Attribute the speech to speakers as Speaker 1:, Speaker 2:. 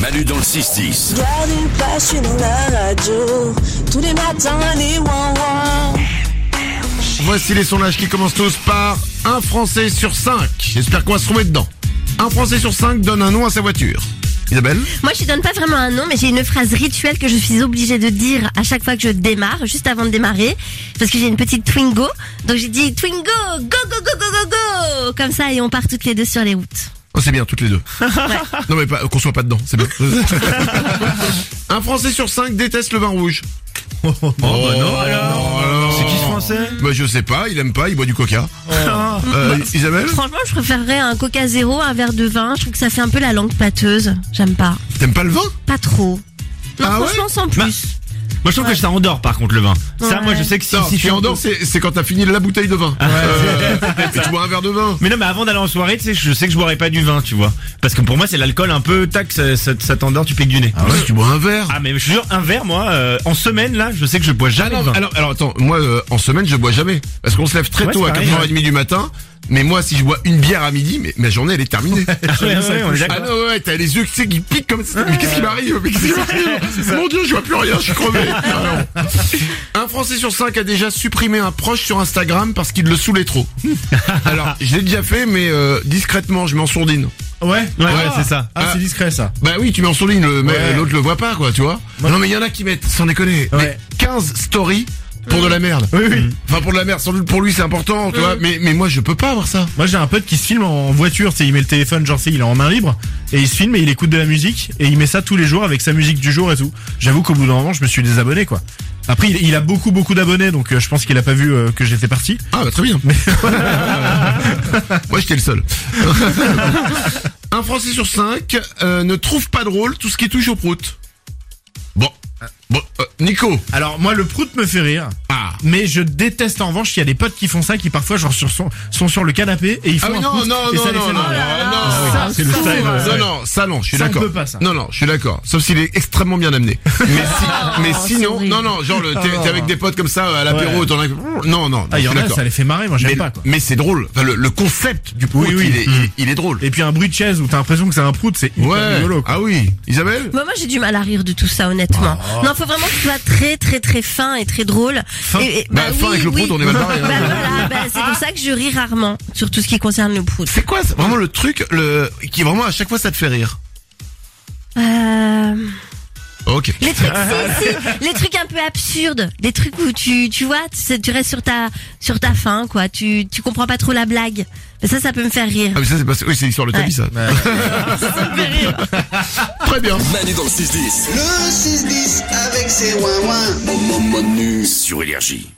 Speaker 1: Manu dans le 6-10.
Speaker 2: Garde une passion dans la radio. Tous les matins, les ouin-ouin.
Speaker 3: Voici les sondages qui commencent tous par un Français sur cinq. J'espère qu'on va se trouver dedans. Un Français sur cinq donne un nom à sa voiture. Isabelle
Speaker 4: Moi, je ne donne pas vraiment un nom, mais j'ai une phrase rituelle que je suis obligée de dire à chaque fois que je démarre, juste avant de démarrer, parce que j'ai une petite Twingo. Donc j'ai dit Twingo, go, go, go, go, go, go, comme ça, et on part toutes les deux sur les routes.
Speaker 3: Oh, c'est bien, toutes les deux. Non, mais pas- qu'on soit pas dedans, c'est bien. un Français sur cinq déteste le vin rouge. Oh, bah non, alors,
Speaker 5: C'est qui ce français
Speaker 3: Bah, je sais pas, il aime pas, il boit du coca.
Speaker 5: Ah.
Speaker 3: Euh, Isabelle
Speaker 4: Franchement, je préférerais un coca zéro, un verre de vin. Je trouve que ça fait un peu la langue pâteuse. J'aime pas.
Speaker 3: T'aimes pas le vin
Speaker 4: Pas trop. Non,
Speaker 3: Ah ouais
Speaker 4: franchement, sans plus.
Speaker 5: Bah, Moi je trouve que ça endort par contre le vin. Ça
Speaker 4: Ouais.
Speaker 5: moi je sais que si,
Speaker 3: Non,
Speaker 5: si
Speaker 3: tu
Speaker 5: je-
Speaker 3: endors, c'est c'est quand t'as fini la bouteille de vin. Euh, et tu bois un verre de vin.
Speaker 5: Mais non mais avant d'aller en soirée, tu sais, je sais que je boirais pas du vin, tu vois. Parce que pour moi c'est l'alcool un peu tac, ça, ça- ça t'endort, tu piques du nez.
Speaker 3: Ah ouais, tu bois un verre.
Speaker 5: Ah mais je jure un verre moi euh, en semaine là, je sais que je bois jamais de
Speaker 3: Ah Alors,
Speaker 5: vin.
Speaker 3: alors, alors, attends, moi euh, en semaine je bois jamais. Parce qu'on se lève très
Speaker 5: Ouais,
Speaker 3: tôt
Speaker 5: c'est
Speaker 3: à
Speaker 5: pareil,
Speaker 3: 4h30 du matin. Mais moi si je bois une bière à midi, mais ma journée elle est terminée.
Speaker 5: Ah ouais, ouais, on est
Speaker 3: ah
Speaker 5: d'accord.
Speaker 3: non ouais, t'as les yeux tu sais, qui piquent comme ça. Mais qu'est-ce qui m'arrive Mais qu'est-ce qui m'arrive Mon dieu, je vois plus rien, je suis crevé. Ah non. un Français sur cinq a déjà supprimé un proche sur Instagram parce qu'il le saoulait trop. Alors, je l'ai déjà fait, mais euh, discrètement, je m'en sourdine.
Speaker 6: Ouais,
Speaker 5: Ouais, ouais, c'est ça.
Speaker 6: Ah, c'est discret ça.
Speaker 3: Bah oui, tu mets en sourdine, le- mais
Speaker 6: Ouais.
Speaker 3: l'autre le voit pas, quoi, tu vois. non, mais il y en a qui mettent, sans déconner, mais
Speaker 6: Ouais.
Speaker 3: 15 stories pour de la merde.
Speaker 6: Oui, oui.
Speaker 3: Enfin, pour de la merde, sans doute pour lui c'est important, tu vois, mais, mais moi je peux pas avoir ça.
Speaker 6: Moi j'ai un pote qui se filme en voiture, tu sais, il met le téléphone, genre c'est il est en main libre, et il se filme et il écoute de la musique, et il met ça tous les jours avec sa musique du jour et tout. J'avoue qu'au bout d'un moment je me suis désabonné quoi. Après il, il a beaucoup beaucoup d'abonnés, donc euh, je pense qu'il a pas vu euh, que j'étais parti.
Speaker 3: Ah bah très bien. moi j'étais le seul. Un Français sur cinq euh, ne trouve pas drôle tout ce qui touche au prout. Bon. Bon, euh, Nico.
Speaker 6: Alors moi le prout me fait rire,
Speaker 3: Ah.
Speaker 6: mais je déteste en revanche, il y a des potes qui font ça, qui parfois genre sur son, sont sur le canapé et ils font
Speaker 3: Ah oui,
Speaker 6: un
Speaker 3: non,
Speaker 6: prout,
Speaker 3: non,
Speaker 6: et ça
Speaker 3: non,
Speaker 6: les fait
Speaker 3: non, non,
Speaker 6: marrer.
Speaker 3: non,
Speaker 6: Ah oui, c'est le
Speaker 3: ça,
Speaker 6: style,
Speaker 3: non,
Speaker 6: ouais.
Speaker 3: non, ça non, je suis
Speaker 6: Ça, on
Speaker 3: d'accord.
Speaker 6: peut pas, ça.
Speaker 3: Non, non, je suis d'accord. Sauf s'il est extrêmement bien amené. Mais,
Speaker 6: Ah,
Speaker 3: si-
Speaker 6: oh,
Speaker 3: mais
Speaker 4: c'est
Speaker 3: sinon,
Speaker 4: horrible.
Speaker 3: non, non, genre, le- t'es t'es avec des potes comme ça à l'apéro,
Speaker 6: Ouais.
Speaker 3: t'en as. Non, non, non,
Speaker 6: Ah, il
Speaker 3: je suis
Speaker 6: y en a,
Speaker 3: d'accord.
Speaker 6: ça les fait marrer, moi
Speaker 3: Mais,
Speaker 6: j'aime pas quoi.
Speaker 3: mais c'est drôle. Enfin, le, le concept du prout,
Speaker 6: Oui, oui.
Speaker 3: Il, est, il est- il est drôle.
Speaker 6: Et puis un bruit de chaise où t'as l'impression que c'est un prout, c'est hyper
Speaker 3: Ouais.
Speaker 6: rigolo. quoi.
Speaker 3: Ah oui. Isabelle
Speaker 4: Bah, moi j'ai du mal à rire de tout ça honnêtement. Non, faut vraiment que tu sois très très très fin et très drôle. Et- et-
Speaker 3: Bah, Ah. fin avec le prout, on est mal barré, hein.
Speaker 4: Bah, voilà, bah, c'est pour ça que je ris rarement sur tout ce qui concerne le prout.
Speaker 3: C'est quoi ça vraiment le truc le, qui vraiment à chaque fois ça te fait rire
Speaker 4: Euh,
Speaker 3: Ok.
Speaker 4: les trucs, si, si, les trucs un peu absurdes, les trucs où tu tu vois, tu, sais, tu restes sur ta sur ta faim quoi. Tu tu comprends pas trop la blague. Mais ça ça peut me faire rire.
Speaker 3: Ah mais ça c'est parce oui c'est l'histoire de ta
Speaker 4: Ouais.
Speaker 3: vie ça. Très bien.
Speaker 1: Manu dans le 6-10.
Speaker 7: Le 6-10 avec ses ouin-ouin.
Speaker 1: Manu sur Énergie.